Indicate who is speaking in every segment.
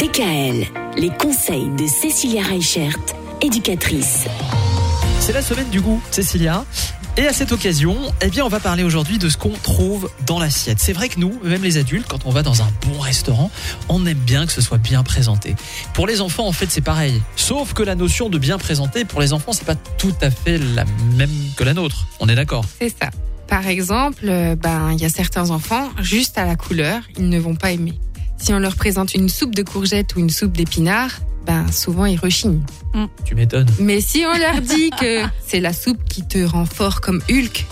Speaker 1: DKL, les conseils de Cécilia Reichert, éducatrice.
Speaker 2: C'est la semaine du goût, Cécilia. Et à cette occasion, eh bien, on va parler aujourd'hui de ce qu'on trouve dans l'assiette. C'est vrai que nous, même les adultes, quand on va dans un bon restaurant, on aime bien que ce soit bien présenté. Pour les enfants, en fait, c'est pareil. Sauf que la notion de bien présenté, pour les enfants, c'est pas tout à fait la même que la nôtre. On est d'accord
Speaker 3: C'est ça. Par exemple, euh, ben il y a certains enfants, juste à la couleur, ils ne vont pas aimer. Si on leur présente une soupe de courgettes ou une soupe d'épinards, ben souvent ils rechignent.
Speaker 2: Tu m'étonnes.
Speaker 3: Mais si on leur dit que c'est la soupe qui te rend fort comme Hulk,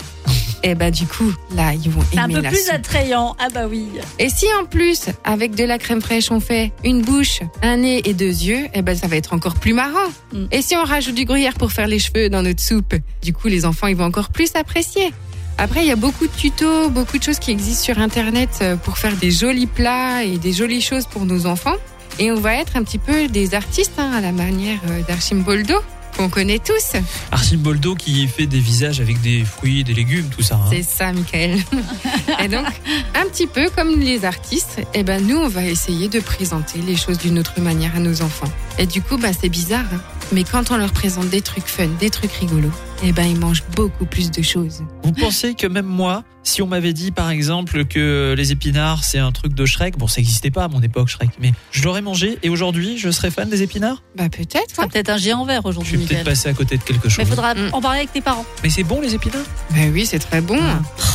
Speaker 3: eh ben du coup, là, ils vont
Speaker 4: C'est un
Speaker 3: aimer
Speaker 4: peu
Speaker 3: la
Speaker 4: plus
Speaker 3: soupe.
Speaker 4: attrayant. Ah bah oui.
Speaker 3: Et si en plus, avec de la crème fraîche, on fait une bouche, un nez et deux yeux, eh ben ça va être encore plus marrant.
Speaker 4: Mm.
Speaker 3: Et si on rajoute du gruyère pour faire les cheveux dans notre soupe, du coup les enfants ils vont encore plus apprécier. Après, il y a beaucoup de tutos, beaucoup de choses qui existent sur Internet euh, pour faire des jolis plats et des jolies choses pour nos enfants. Et on va être un petit peu des artistes hein, à la manière euh, d'Archimboldo qu'on connaît tous.
Speaker 2: Archimboldo qui fait des visages avec des fruits, des légumes, tout ça. hein.
Speaker 3: C'est ça, Michael. et donc, un petit peu comme les artistes, eh ben, nous, on va essayer de présenter les choses d'une autre manière à nos enfants. Et du coup, bah, c'est bizarre, hein. mais quand on leur présente des trucs fun, des trucs rigolos, eh ben, ils mangent beaucoup plus de choses.
Speaker 2: Vous pensez que même moi, si on m'avait dit par exemple que les épinards c'est un truc de Shrek, bon ça n'existait pas à mon époque Shrek, mais je l'aurais mangé et aujourd'hui je serais fan des épinards
Speaker 3: Bah, peut-être.
Speaker 4: C'est
Speaker 3: hein.
Speaker 4: Ah, peut-être un géant vert
Speaker 2: Je
Speaker 4: aujourd'hui,
Speaker 2: suis peut-être
Speaker 4: Mickaël.
Speaker 2: passé à côté de quelque chose.
Speaker 4: Mais
Speaker 2: Mais,
Speaker 4: faudra
Speaker 3: Mm.
Speaker 4: en parler avec tes parents.
Speaker 2: c'est bon les épinards
Speaker 3: Bah oui, c'est très bon.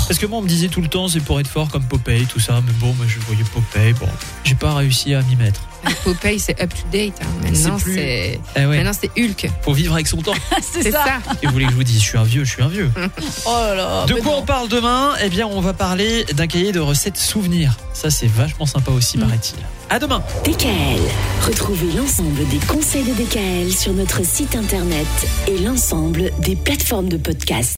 Speaker 2: Parce que moi on me disait tout le temps c'est pour être fort comme Popeye, tout ça, mais bon, moi je voyais Popeye, bon, j'ai pas réussi à m'y mettre.
Speaker 3: Popeye, c'est up to date. hein. Maintenant,
Speaker 2: C'est plus-
Speaker 3: c'est
Speaker 2: Eh ouais,
Speaker 3: maintenant c'est Hulk.
Speaker 2: faut vivre avec son temps.
Speaker 3: C'est ça.
Speaker 2: Et vous voulez que je vous dise, je suis un vieux, je suis un vieux.
Speaker 4: Oh là là.
Speaker 2: De
Speaker 4: mais
Speaker 2: quoi
Speaker 4: non.
Speaker 2: on parle demain Eh bien, on va parler d'un cahier de recettes souvenirs. Ça, c'est vachement sympa aussi,
Speaker 4: Mm.
Speaker 2: paraît-il. À demain
Speaker 1: DKL, retrouvez l'ensemble des conseils de DKL sur notre site internet et l'ensemble des plateformes de podcast.